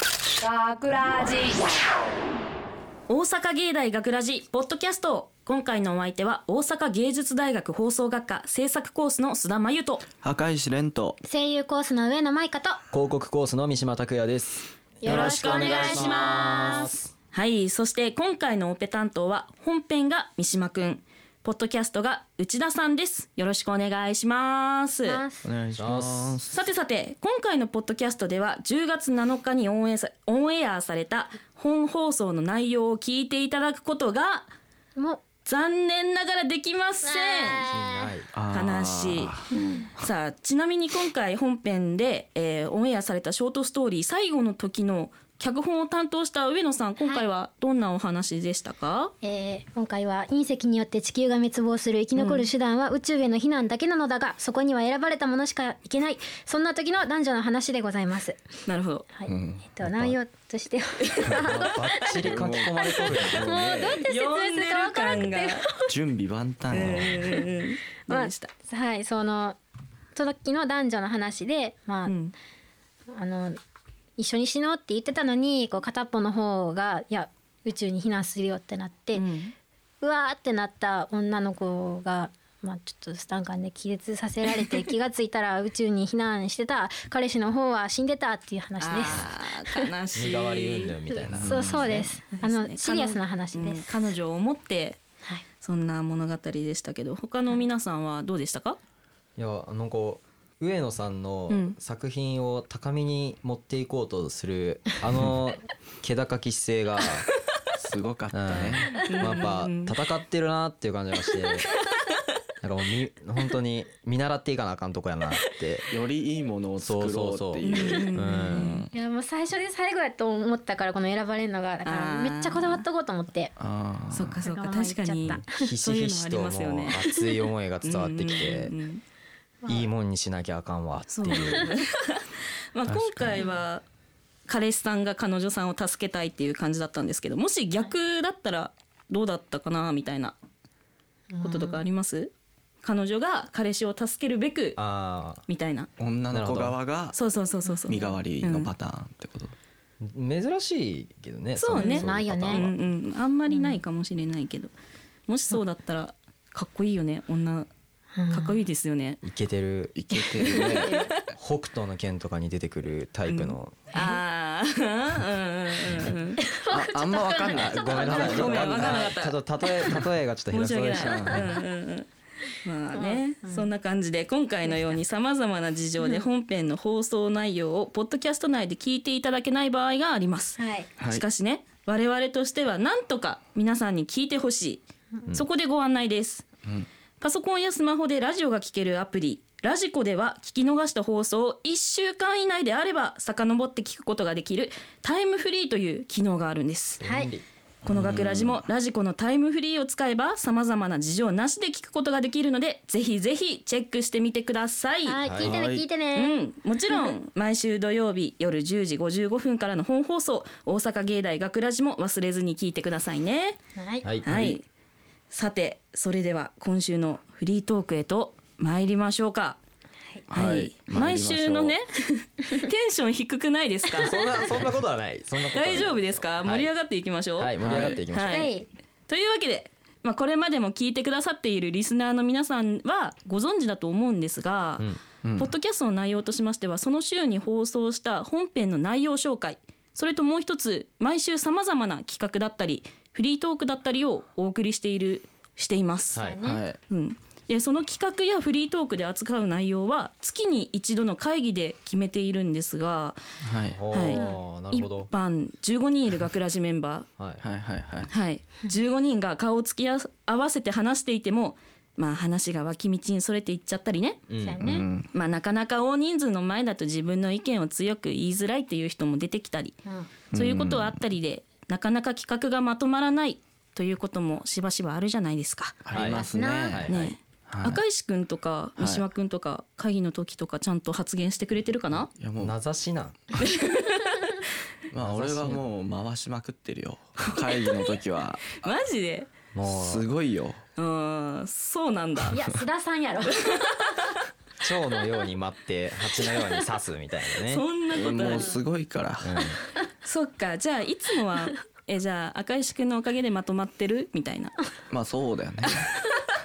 学ラジ大阪芸大学ラジポッドキャスト今回のお相手は大阪芸術大学放送学科制作コースの須田真由と赤石蓮と声優コースの上野舞香と広告コースの三島拓也ですよろしくお願いしますはいそして今回のオペ担当は本編が三島くんポッドキャストが内田さんですよろしくお願いしますお願いしますさてさて今回のポッドキャストでは10月7日にオンエアさオンエアされた本放送の内容を聞いていただくことがもう残念ながらできません悲しいさあちなみに今回本編で、えーオンエアされたショートストーリー「最後の時」の脚本を担当した上野さん今回はどんなお話でしたか、えー今回は隕石によって地球が滅亡する生き残る手段は宇宙への避難だけなのだが、そこには選ばれたものしかいけないそんな時の男女の話でございますなるほどはい、えっと内容としては バッチリ書き込まれとるんだよもうどうやねって説明するかわからな読くんでてる準備万端うんうんうんどうでした、まあはいその時の男女の話でまあ、うんあの一緒に死のうって言ってたのにこう片っぽの方がいや宇宙に避難するよってなって、ううんわーってなった女の子が、まあ、ちょっとスタンガンで気絶させられて気がついた ら宇宙に避難してた彼氏の方は死んでたっていう話です。あー悲しい身代わり運動みたいなそうそうです。あそうのですシねリアスな話です。彼女うん彼女を思ってはい。そんな物語でしたけど他の皆さんはどうでしたか、いやなんか上野さんのうん作品を高みに持っていこうとする あの気高き姿勢が、すごかっうたん、ねやっぱ戦ってるなっていう感じがしてなんかもうみ本当に見習っていかなあかんとこやなってよりいいものを作ろうっていうううんんいやもう最初で最後やと思ったからこの選ばれるのがだかあらーめっちゃこだわっとこうと思って。あそっかそっかわがまま言っ確ちゃかったにひそしういうひのあしりともまうすよね熱い思いが伝わってきてうんうんうんいいもんにしなきゃあかんわっていう まあ、今回は彼氏さんが彼女さんを助けたいっていう感じだったんですけどもし逆だったらどうだったかなみたいなこととかあります、彼女が彼氏を助けるべくああみたいな女の子側がそうそうそうそうそう身代わりのパターンってこと珍しいけどねそうねのないよねパうターんンはうんあんまりないかもしれないけど、もしそうだったらかっこいいよね女かっこいいですよね、イケてるいけてるね 北斗の拳とかに出てくるタイプの、ああうん うんうんうんああんまわか んないごめんなさいごめんわかんなかったちょっと例え例えがちょっ申しと下手そ訳うでないしたねうんうんうん。まあね、そんな感じで今回のようにさまざまな事情で本編の放送内容をポッドキャスト内で聞いていただけない場合があります。はい。はいしかしね我々としてはなんとか皆さんに聞いてほしい、そこでご案内です、パソコンやスマホでラジオが聴けるアプリラジコでは聞き逃した放送を1週間以内であれば遡って聞くことができるタイムフリーという機能があるんですはい。この学ラジもラジコのタイムフリーを使えばさまざまな事情なしで聞くことができるのでぜひぜひチェックしてみてください。はい、聞いてね、はい聞いてうね。ん、もちろん 毎週土曜日夜10時55分からの本放送大阪芸大学ラジも忘れずに聞いてくださいね。はい。はい、はい、さてそれでは今週のフリートークへと参りましょうか。はい毎週のね テンション低くないですかそんなそんなことはないそんなことはない大丈夫ですか、盛り上がっていきましょう。はい盛り上がっていきましょう、ははいい。というわけで、まあ、これまでも聞いてくださっているリスナーの皆さんはご存知だと思うんですが、ポッドキャストの内容としましてはその週に放送した本編の内容紹介それともう一つ毎週さまざまな企画だったりフリートークだったりをお送りしているしています。はいはいうん、でその企画やフリートークで扱う内容は月に一度の会議で決めているんですがはいおーなる一ほど般15人いる学ラジメンバーはいはいはいはいはい、15人が顔を突き合わせて話していても、まあ、話が脇道にそれていっちゃったりね、うんじゃあね。まあ、なかなか大人数の前だと自分の意見を強く言いづらいっていう人も出てきたりうんそういうことはあったりでなかなか企画がまとまらないということもしばしばあるじゃないですか。ありますねはいはいねはい赤石くんとか三島くんとか会議の時とかちゃんと発言してくれてるかな、いやもう名指しなんまあ俺はもう回しまくってるよ会議の時 はマジですごいようーんそうなんだいや、須田さんやろ。蝶のように待って蜂のように刺すみたいなねそんなことあるもうすごいからそっかじゃあいつもはえじゃあ赤石くんのおかげでまとまってるみたいなまあそうだよね。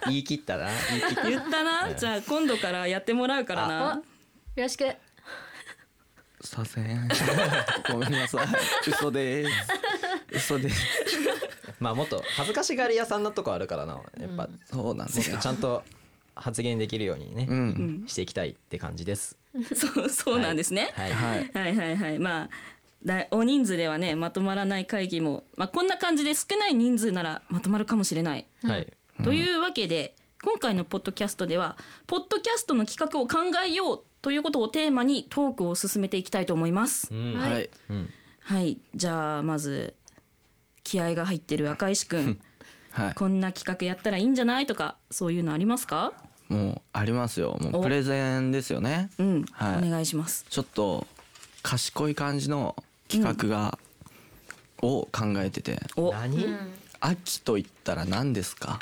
言い切ったな言い切った言ったなじゃあ今度からやってもらうからおなよろしくさせん。ごめんなさい。嘘です。嘘です。まあもっと恥ずかしがり屋さんなとこあるからなやっぱ、もっそうなんですとよ。ちゃんと発言できるようにね、うん。していきたいって感じです そうそうなんですね、はい、はい。はいはいはいまあだ大人数ではねまとまらない会議も、まあ、こんな感じで少ない人数ならまとまるかもしれない。はいというわけで今回のポッドキャストではポッドキャストの企画を考えようということをテーマにトークを進めていきたいと思いますう。んはいはい。うんはいじゃあまず気合が入ってる赤石くんはい。こんな企画やったらいいんじゃないとかそういうのありますかもうありますよ。もおうプレゼンですよね。うん、はいお願いします。ちょっと賢い感じの企画が、を考えてて、お何、秋と言ったら何ですか？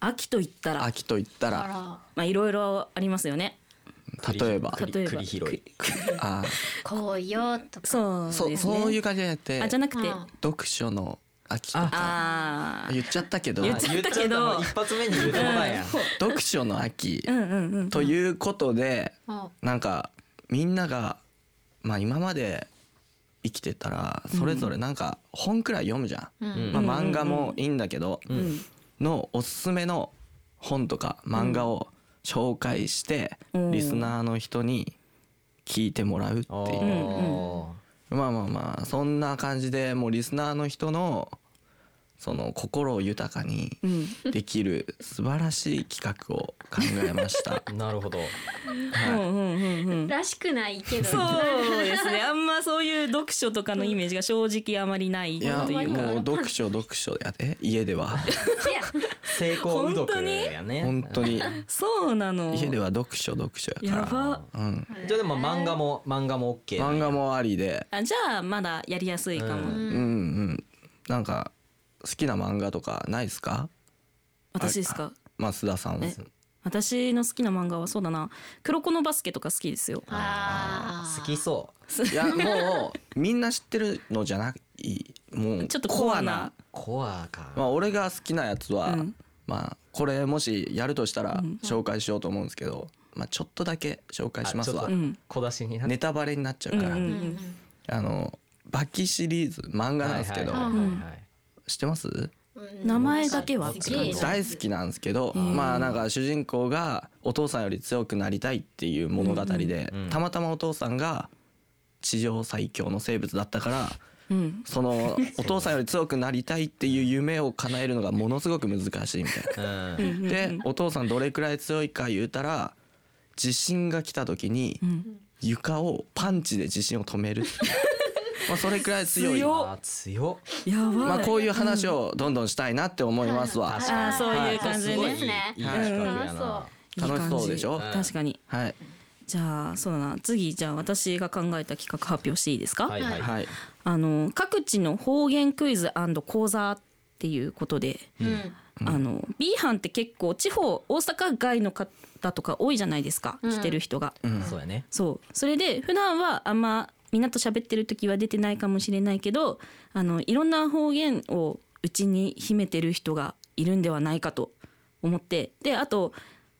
秋と言ったら秋と言ったあららまあいろいろありますよね。例えば栗例えば栗拾いあこうよとかそうー、ですそね。うそういう感じでやって、あじゃなくて、うん読書の秋とかああ言っちゃったけ ど、言っちゃったけどもう一発目に言うとこなんや、読書の秋うんうんうんということで、おなんかみんながまあ今まで生きてたらそれぞれなんか本くらい読むじゃん。うんうんまあ漫画もいいんだけど、うんのおすすめの本とか漫画を紹介して、うんリスナーの人に聞いてもらうっておいう、ーまあまあまあそんな感じでもうリスナーの人のその心を豊かにうんできる素晴らしい企画を考えま した。なるほどうんはうんうんうん。らしくないけどそうです ね。あんまそういう読書とかのイメージが正直あまりないい、っいていやほんまにう。もう読書読書やで 家ではいや成功うどくやね本当にそうなの。家では読書読書ややかば。ら、うん、じゃあでも漫画も漫画も OK 漫画もありであじゃあまだやりやすいかも。ううんんうんなんか好きな漫画とかないですか私ですか。増田さんはえ私の好きな漫画はそうだな。黒子のバスケとか好きですよ。あー好きそういやもうみんな知ってるのじゃないもうちょっとコアなコアか、まあ、俺が好きなやつは、うんまあこれもしやるとしたらうん紹介しようと思うんですけど、まあ、ちょっとだけ紹介しますあわちうょっん。小出しになってネタバレになっちゃうから、うんうんあのバキシリーズ漫画なんですけど、はいはいはいはい知ってますうん名前だけはすげえな大好きなんですけど、うんまあなんか主人公がお父さんより強くなりたいっていう物語で、うんうんたまたまお父さんが地上最強の生物だったからうん。そのお父さんより強くなりたいっていう夢を叶えるのがものすごく難しいみたいな。ううんんうんでお父さんどれくらい強いか言うたら地震が来た時にうん。床をパンチで地震を止める まあそれくらい強い強っあー強っやばい。まあこういう話をどんどんしたいなって思いますわ確あーそういう感じねすごいですねいい企画やうん楽ないしい感じ楽しそうでしょ確かに。はいじゃあそうだな。次じゃあ私が考えた企画発表していいですか。はいはいはいあの各地の方言クイズ講座っていうことで、うんあの B 班って結構地方大阪外の方とか多いじゃないですか、うん来てる人が。うんそうやねそうそれで普段はあんまみんなと喋ってる時は出てないかもしれないけどあのいろんな方言をうちに秘めてる人がいるんではないかと思ってであと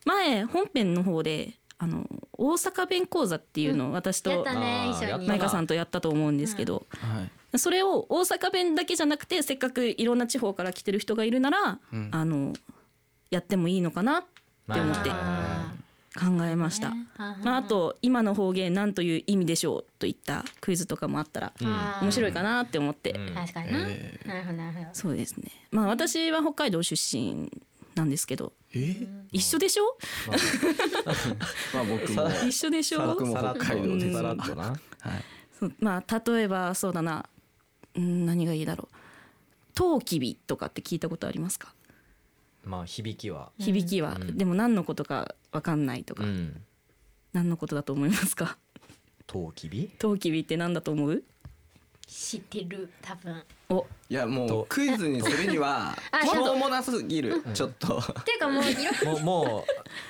前本編の方であの大阪弁講座っていうのを私やっとたねあー一緒にやマっイたカさんとやったと思うんですけど、はいそれを大阪弁だけじゃなくてせっかくいろんな地方から来てる人がいるなら、うんあのやってもいいのかなって思ってま考えました。まあ、あと「今の方言なんという意味でしょう」といったクイズとかもあったらあ面白いかなって思って、うん確かになえなるほどなるほそうですねまあ私は北海道出身なんですけどえ一緒でしょまあ僕も一緒でしょ僕もさらっと北海道ですさらっとな はいそうまあ例えばそうだなうん何がいいだろう「トウキビ」とかって聞いたことありますかまあ響きは響きは、うんでも何のことか分かんないとか、うん何のことだと思いますかトウキビトウキビって何だと思う知ってる多分。おいやもとうクイズにするにはあしょうもなすぎるちょっとていうかもういろいろもうも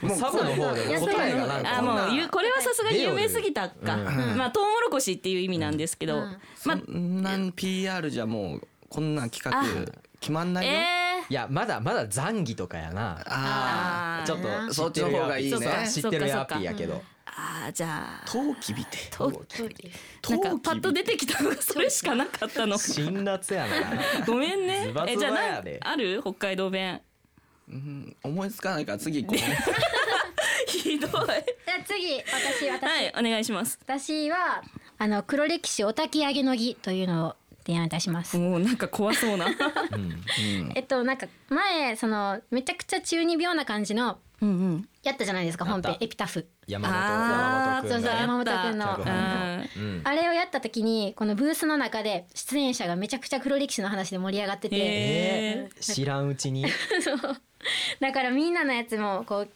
うもうサブの方で答えがなんあかこんもなうゆこれはさすがに有名すぎたか、うまあトウモロコシっていう意味なんですけど、うん そんなん PR じゃもうこんなん企画決まんないよえいやまだまだ残儀とかやなああーちょっとそっちの方がいいね知ってるやっぴやけどああじゃあー陶器見てとなんかパッと出てきたのがそ れしかなかったの辛辣やなごめんねズバえズバやでじゃあなんある北海道弁うん思いつかないから次行こうひどいはじゃあ次私私、いお願いします私はあの黒歴史お焚き上げの儀というのを提案いたします。もうなんか怖 そうなえっとなんか前そのめちゃくちゃ中二病な感じのうんうんやったじゃないですかやっ本た編エピタフ。山あそ本山う本そう君がね山本や君ったの。脚う本んうんあれをやった時にこのブースの中で出演者がめちゃくちゃ黒歴史の話で盛り上がっててええー知らんうちにだからみんなのやつもこう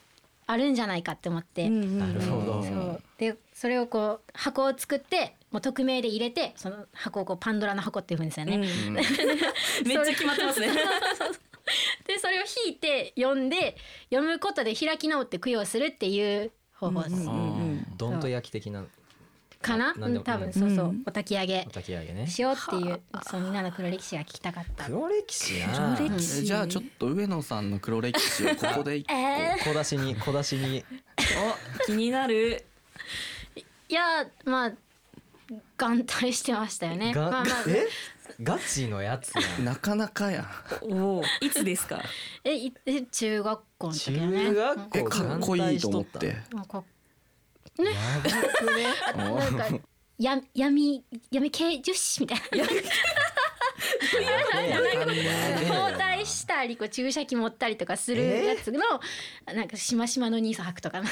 あるんじゃないかって思って、ーうんうなんるほどそうでそれをこう箱を作ってもう匿名で入れてその箱をこうパンドラの箱っていうんですよね。うんでうんめっちゃ決まってますねそれを引いて読んで読むことで開き直って供養するっていう方法ですうんうんうんどんと焼き的なかな、ななんでうん多分そうそう、うんお焚き上げお焚き上げねしようっていうそうみんなの黒歴史が聞きたかった。黒歴史 な黒歴史じゃあちょっと上野さんの黒歴史をここで一個え小出しに小出しにお気になるいやまあ眼帯してましたよね。がまあまあえガチのやつやんなかなかやんおおいつですかえいえ中学校の時だね。中学え校かっこいいと思ってなんかやばくねあなんかや闇闇系女子みたいな。包帯したりこう注射器持ったりとかするやつの、なんかしましまの兄さん履くとかな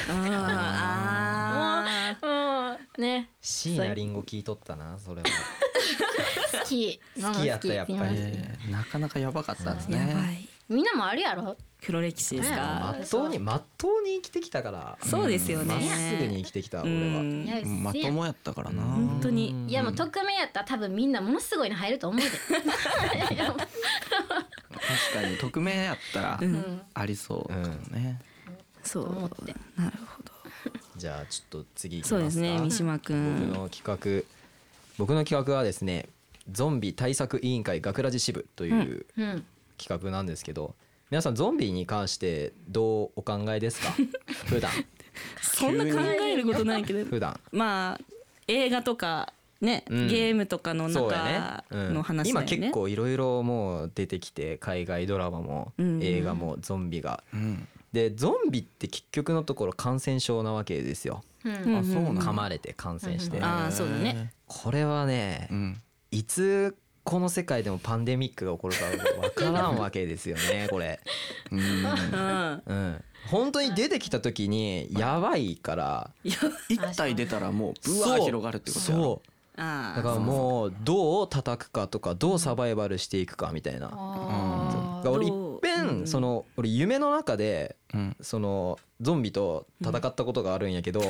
あもう ね椎名林檎聞いとったなそれは好き好きやったやっぱりママ好きえーなかなかやばかったですあやばねいみんなもあるやろ黒歴史ですまかっとうにまっとうに生きてきたからそうですよねまっすぐに生きてきたう俺はんいやうっせまとやもやったからな本当にいやもう匿名やったら多分みんなものすごいの入ると思うでいや確かに匿名やったらうんありそうかもねそう思ってなるほどじゃあちょっと次いきますそかうですね三島く僕んの企画僕の企画はですねゾンビ対策委員会学ラジ支部といううん企画なんですけど皆さんゾンビに関してどうお考えで すか普段そんな考えることないけど普段まあ映画とかねうんゲームとかのそう中やねうんの話だ今よね結構いろいろもう出てきて海外ドラマもうん映画もゾンビがうんでゾンビって結局のところ感染症なわけですようんあそうなんだ噛まれて感染してうんあーそうだねこれはねうんいつこの世界でもパンデミックが起こるかわからんわけですよ ねこれ、うんうんうん、本当に出てきた時にやばいからいや一体出たらもうブワー広がるってことやろそうあだからもうどう叩くかとかどうサバイバルしていくかみたいなあだーから俺いっぺうんんその俺夢の中でうんそのゾンビと戦ったことがあるんやけど、あ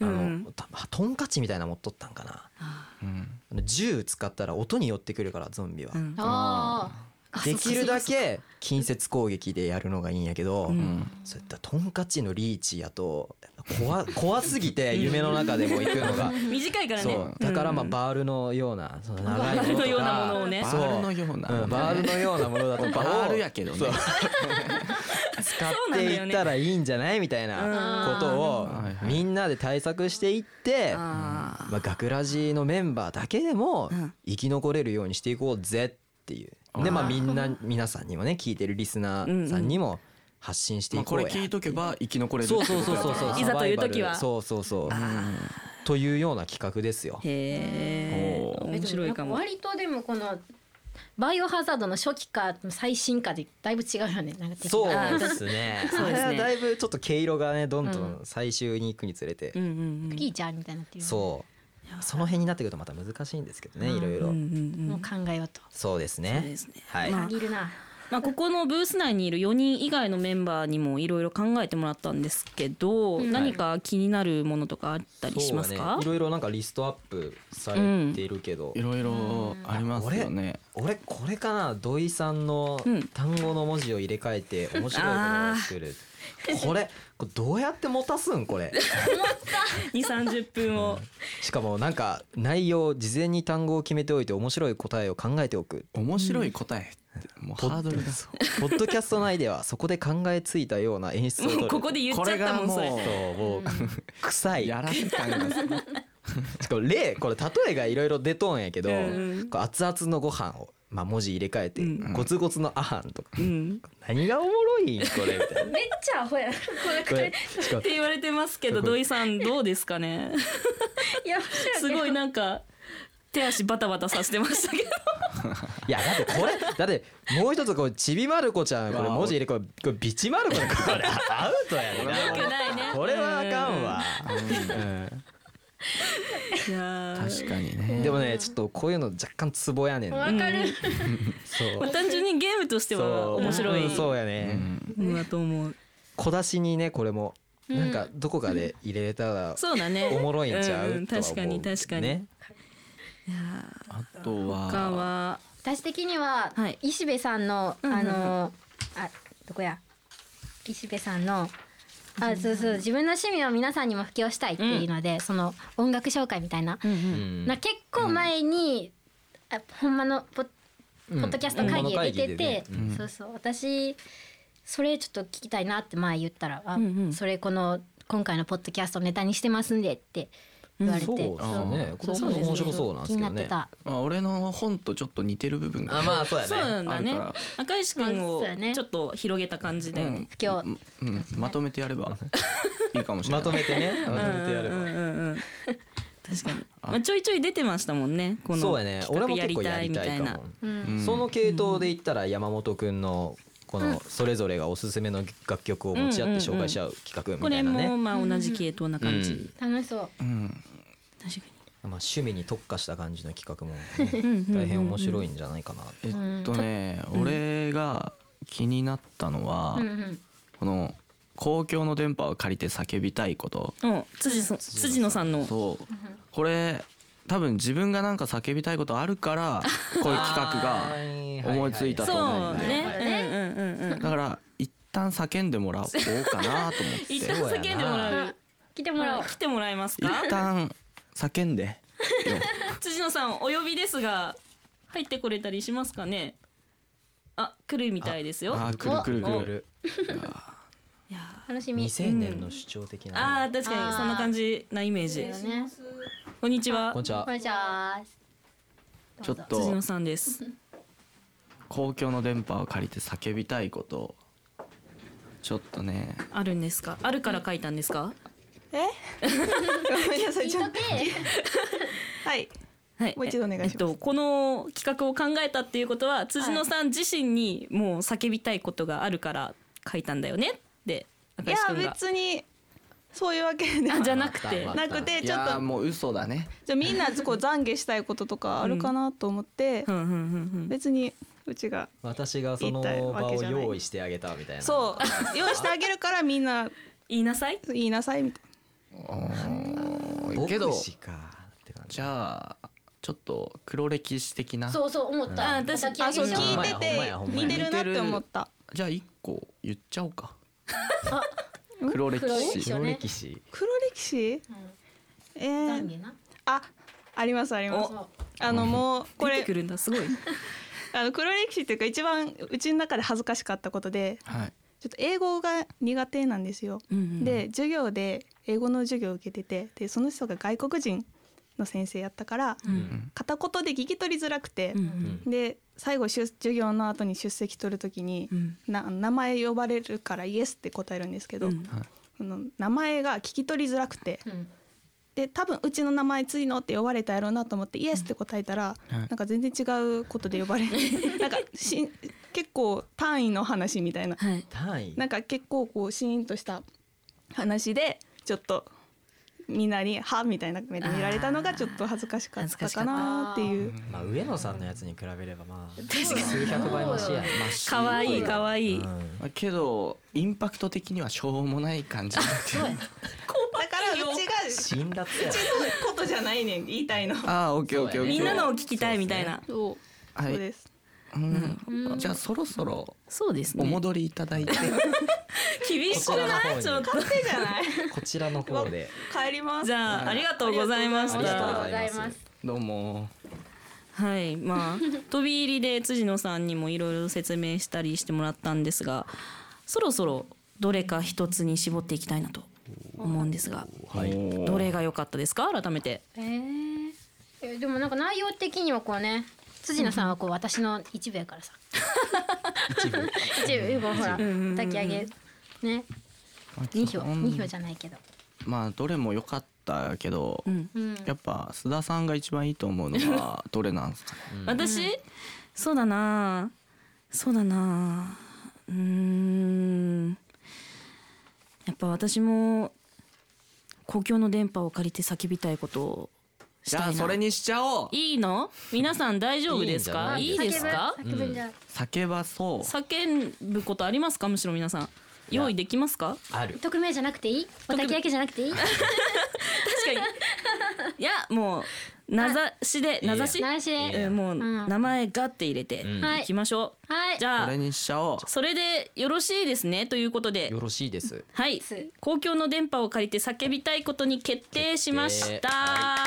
うんのたトンカチみたいなの持っとったんかなうんあの銃使ったら音に寄ってくるからゾンビは、うんあーできるだけ近接攻撃でやるのがいいんやけど、うんそういったトンカチのリーチやと怖怖すぎて夢の中でも行く のが短いからそねうだからまあうんバールのようなその長いものとバールのかようなものをねバそうールのようなうんバールのようなものだとかをバールやけどねそう使っていったらいいんじゃないみたいなことをうんはいはいみんなで対策していってあまあ、学ラジのメンバーだけでもうん生き残れるようにしていこうぜっていうでまあみんな皆さんにもね聞いてるリスナーさんにも発信してまあいここうれや、聞いとけば生き残れるってそことうそうそうそうやろそう いざという時はサバイバルそうそうそうあというような企画ですよーへえおー面白いかも割とでもこのバイオハザードの初期か最新かでだいぶ違うよねなんか敵がそうですねそうですねあれはだいぶちょっと毛色がねどんどん最終に行くにつれて、うんうんうんピーちゃんみたいになってるそうその辺になってくるとまた難しいんですけどねいろいろ、うんうんうんもう考えようとそうですそうでねすねはい、まあ限るなまあ、ここのブース内にいる4人以外のメンバーにもいろいろ考えてもらったんですけど、うん何か気になるものとかあったりしますそうかね、いろいろなんかリストアップされてるけど、いろいろありますよね。俺これかな土井さんのうん単語の文字を入れ替えて面白いものを作る、これこれどうやって持たす んこれ2 3 0分をしかもなんか内容事前に単語を決めておいて面白い答えを考えておく面白い答えってもうハードルがポッドキャスト内ではそこで考えついたような演出を取もう るここで言っちゃったもんそこれがもれうそうもう臭いやらせ感 がすごいしかも例これ例えがいろいろ出とんやけど、うんうんこう熱々のご飯をまあ文字入れ替えて、うんゴツゴツのアハンとかうん、何がおもろいんこ れみたいなめっちゃアホやなこれこれしかっもて言われてますけど土井さんどうですかね いやすごいなんか手足バタバタさせてました けどいやだってこれだってもう一つこうちびまる子ちゃんこれ文字入れこれこれビチまる子ちゃんこれアウトやね良くないねこれはあかんわ、いやー確かにうんね。でもねちょっとこういうの若干ツボやねんなわかるそう単純にゲームとしては面白いうんそうやうね、んものだと思う小出しにねこれもうんなんかどこかで入れれたらそうだねおもろいんちゃう、んんとは思う確かに確かに、ねあと他はは私的には、はい石部さんの、うんうんうあんのあどこや石部さんのあそうそう自分の趣味を皆さんにも布教したいっていうので、その音楽紹介みたいな,、うんな結構前に、あほんまのポッうんポッドキャスト会議で出てて、うんそうそう私それちょっと聞きたいなって前言ったら「あうんうんそれこの今回のポッドキャストネタにしてますんで」って言われて、そうであすねこれそうもですね面白そうなんで気すにけなっどてねた。まあ俺の本とちょっと似てる部分があまあそうやそうなねんだねあるか赤石君あをそうだねちょっと広げた感じで、ううんん布教うんまとめてやれ ばいいかもしれなまい。とめてねまうんとめてやれば、うんうん うん確かに、まあ、ちょいちょい出てましたもんねこそうのやね企俺画もや結り構たやいりみたたいいかなも、うんうんその系統で言ったら山本くんのこのそれぞれがおすすめの楽曲を持ち合って紹介し合う企画こみたれいなね、もまあ同じ系統な感じ、うん楽しそううん確かまあ、趣味に特化した感じの企画もにうんうんうん大変面白いんじゃないかなえっとね、俺が気になったのは、うんうんこの公共の電波を借りて叫びたいことうん辻そ辻野さんのそうこれ多分自分がなんか叫びたいことあるから こういう企画あがー思いついたはとはそ思うんうだよねはいうんうんうんうんだから一旦叫んでもらおうかなと思っ て一旦叫んでもらう来てもらおう来てもらえますか一旦叫んで辻野さんお呼びですが入ってこれたりしますかねあ来るみたいですよあーくるくるくはいるはいいや楽しみ2000年の主張的ーあな、ー確かあにーそんな感じなイメージですねこんにちはこんにちはこんにちはちょっ辻と野さんです公共の電波を借りて叫びたいことちょっとねあるんですかあるから書いたんですかごめんなさい、ちょっと、 はい、はいもう一度お願いしますえっとこの企画を考えたっていうことは辻野さん自身にもう叫びたいことがあるから書いたんだよねってい赤や石、君が別に。そういうわけではあじゃなくてなくて、いちょっやーと、もう嘘だねじゃ、みんな、こう懺悔したいこととかあるかなと思ってう。んうんうん別に、うちが。私がその場を用意してあげたみたいなそう、用意してあげるから、みんな、言いなさい言いなさいみたいな。うけどかって感じじゃあちょっと黒歴史的なそうそう思ったあ私叩き上げあ、そう、しよ聞いてほんまやほんまて、や似てるなって思った。じゃあ一個言っちゃおうか黒歴黒歴史史よね歴史黒歴史。えうー懺悔なあ、あります、あります。そうあの、もう、こ出てれく、るんだ すごいあの、黒歴史っていうか、一番、うちの中で恥ずかしかったことで。はいちょっと英語が苦手なんですよ。うんうんで授業で英語の授業を受けててでその人が外国人の先生やったから、うん片言で聞き取りづらくてう、んで最後出授業の後に出席取る時に、うんな名前呼ばれるからイエスって答えるんですけうど、んその名前が聞き取りづらくてうんで多分うちの名前ついのって呼ばれたやろうなと思ってイエスって答えたら、うんなんか全然違うことで呼ばれて なんかし結構単位の話みたいなはい単位なんか結構こうシーンとした話でちょっとみんなに「は」みたいな目で見られたのがちょっと恥ずかしかったかなっていうまあ上野さんのやつに比べればまあ数百倍マシやね可愛い可愛いうんまあけどインパクト的にはしょうもない感じになってるだからうちがうち辛辣やのことじゃないねん言いたいのああオッケーオッケーオッケみーんなのを聞きたいみたいなそうはいそうですうんじゃあそろそろそうですおね戻りいただいて 厳しくないちょっと勝手じゃないこちらの方で帰りますじゃあありがとうございましありがとうごたざいありがとうござまいますすどうもはい まあ飛び入りで辻野さんにもいろいろ説明したりしてもらったんですがそろそろどれか一つに絞っていきたいなと思うんですがどれが良かったですか改めてえーえでもなんか内容的にはこうね辻野さんはこう私の一部やからさ一部一部こうほら抱き上げねまあ二票基本二票じゃないけどまあどれも良かったけど、うんうんやっぱ須田さんが一番いいと思うのはどれなんですかね私、そうだなそうだなうーんやっぱ私も公共の電波を借りて叫びたいことをしじたゃいあなそれにしちゃおういいの皆さん大丈夫ですかいいいいですか叫ぶ叫ぶんじゃ叫ばそう叫ぶことありますかむしろ皆さんいや用意できます かある匿名じゃなくていいおたき上げじゃなくていい確かにいやもう名指しで名指し内緒いでやえーもううん名前ガッて入れてんはいいきましょはういじゃそあれにしちゃおうそれでよろしいですねということでよろしいですはいす公共の電波を借りて叫びたいことに決定しまし決定たは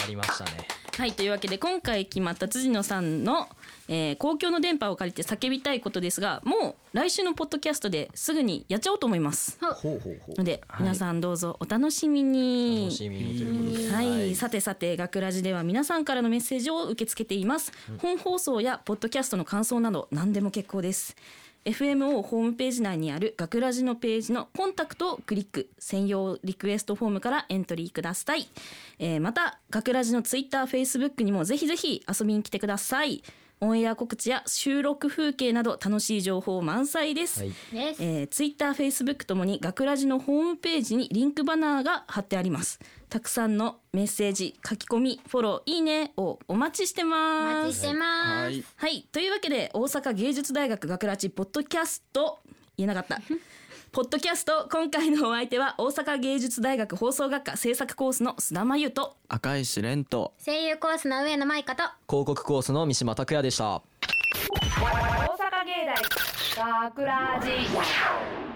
やりましたねはいというわけで今回決まった辻野さんの、えー公共の電波を借りて叫びたいことですがもう来週のポッドキャストですぐにやっちゃおうと思いますほうほうほので、皆さんどうぞお楽しみに楽しみにということではい、さてさて学ラジでは皆さんからのメッセージを受け付けています、本放送やポッドキャストの感想など何でも結構です FMO ホームページ内にある学ラジのページのコンタクトをクリック専用リクエストフォームからエントリーください、えーまた学ラジのツイッターフェイスブックにもぜひぜひ遊びに来てくださいオンエア告知や収録風景など楽しい情報満載です、はいいですえー、ツイッター、フェイスブックともに学ラジのホームページにリンクバナーが貼ってあります。たくさんのメッセージ、書き込み、フォロー、いいねをお待ちしておます。待ちしてまはすいはい、というわけで大阪芸術大学学ラジポッドキャスト言えなか った。ポッドキャスト今回のお相手は大阪芸術大学放送学科制作コースの須田真由と赤石蓮と声優コースの上野舞香と広告コースの三島拓也でした大阪芸大がくらじ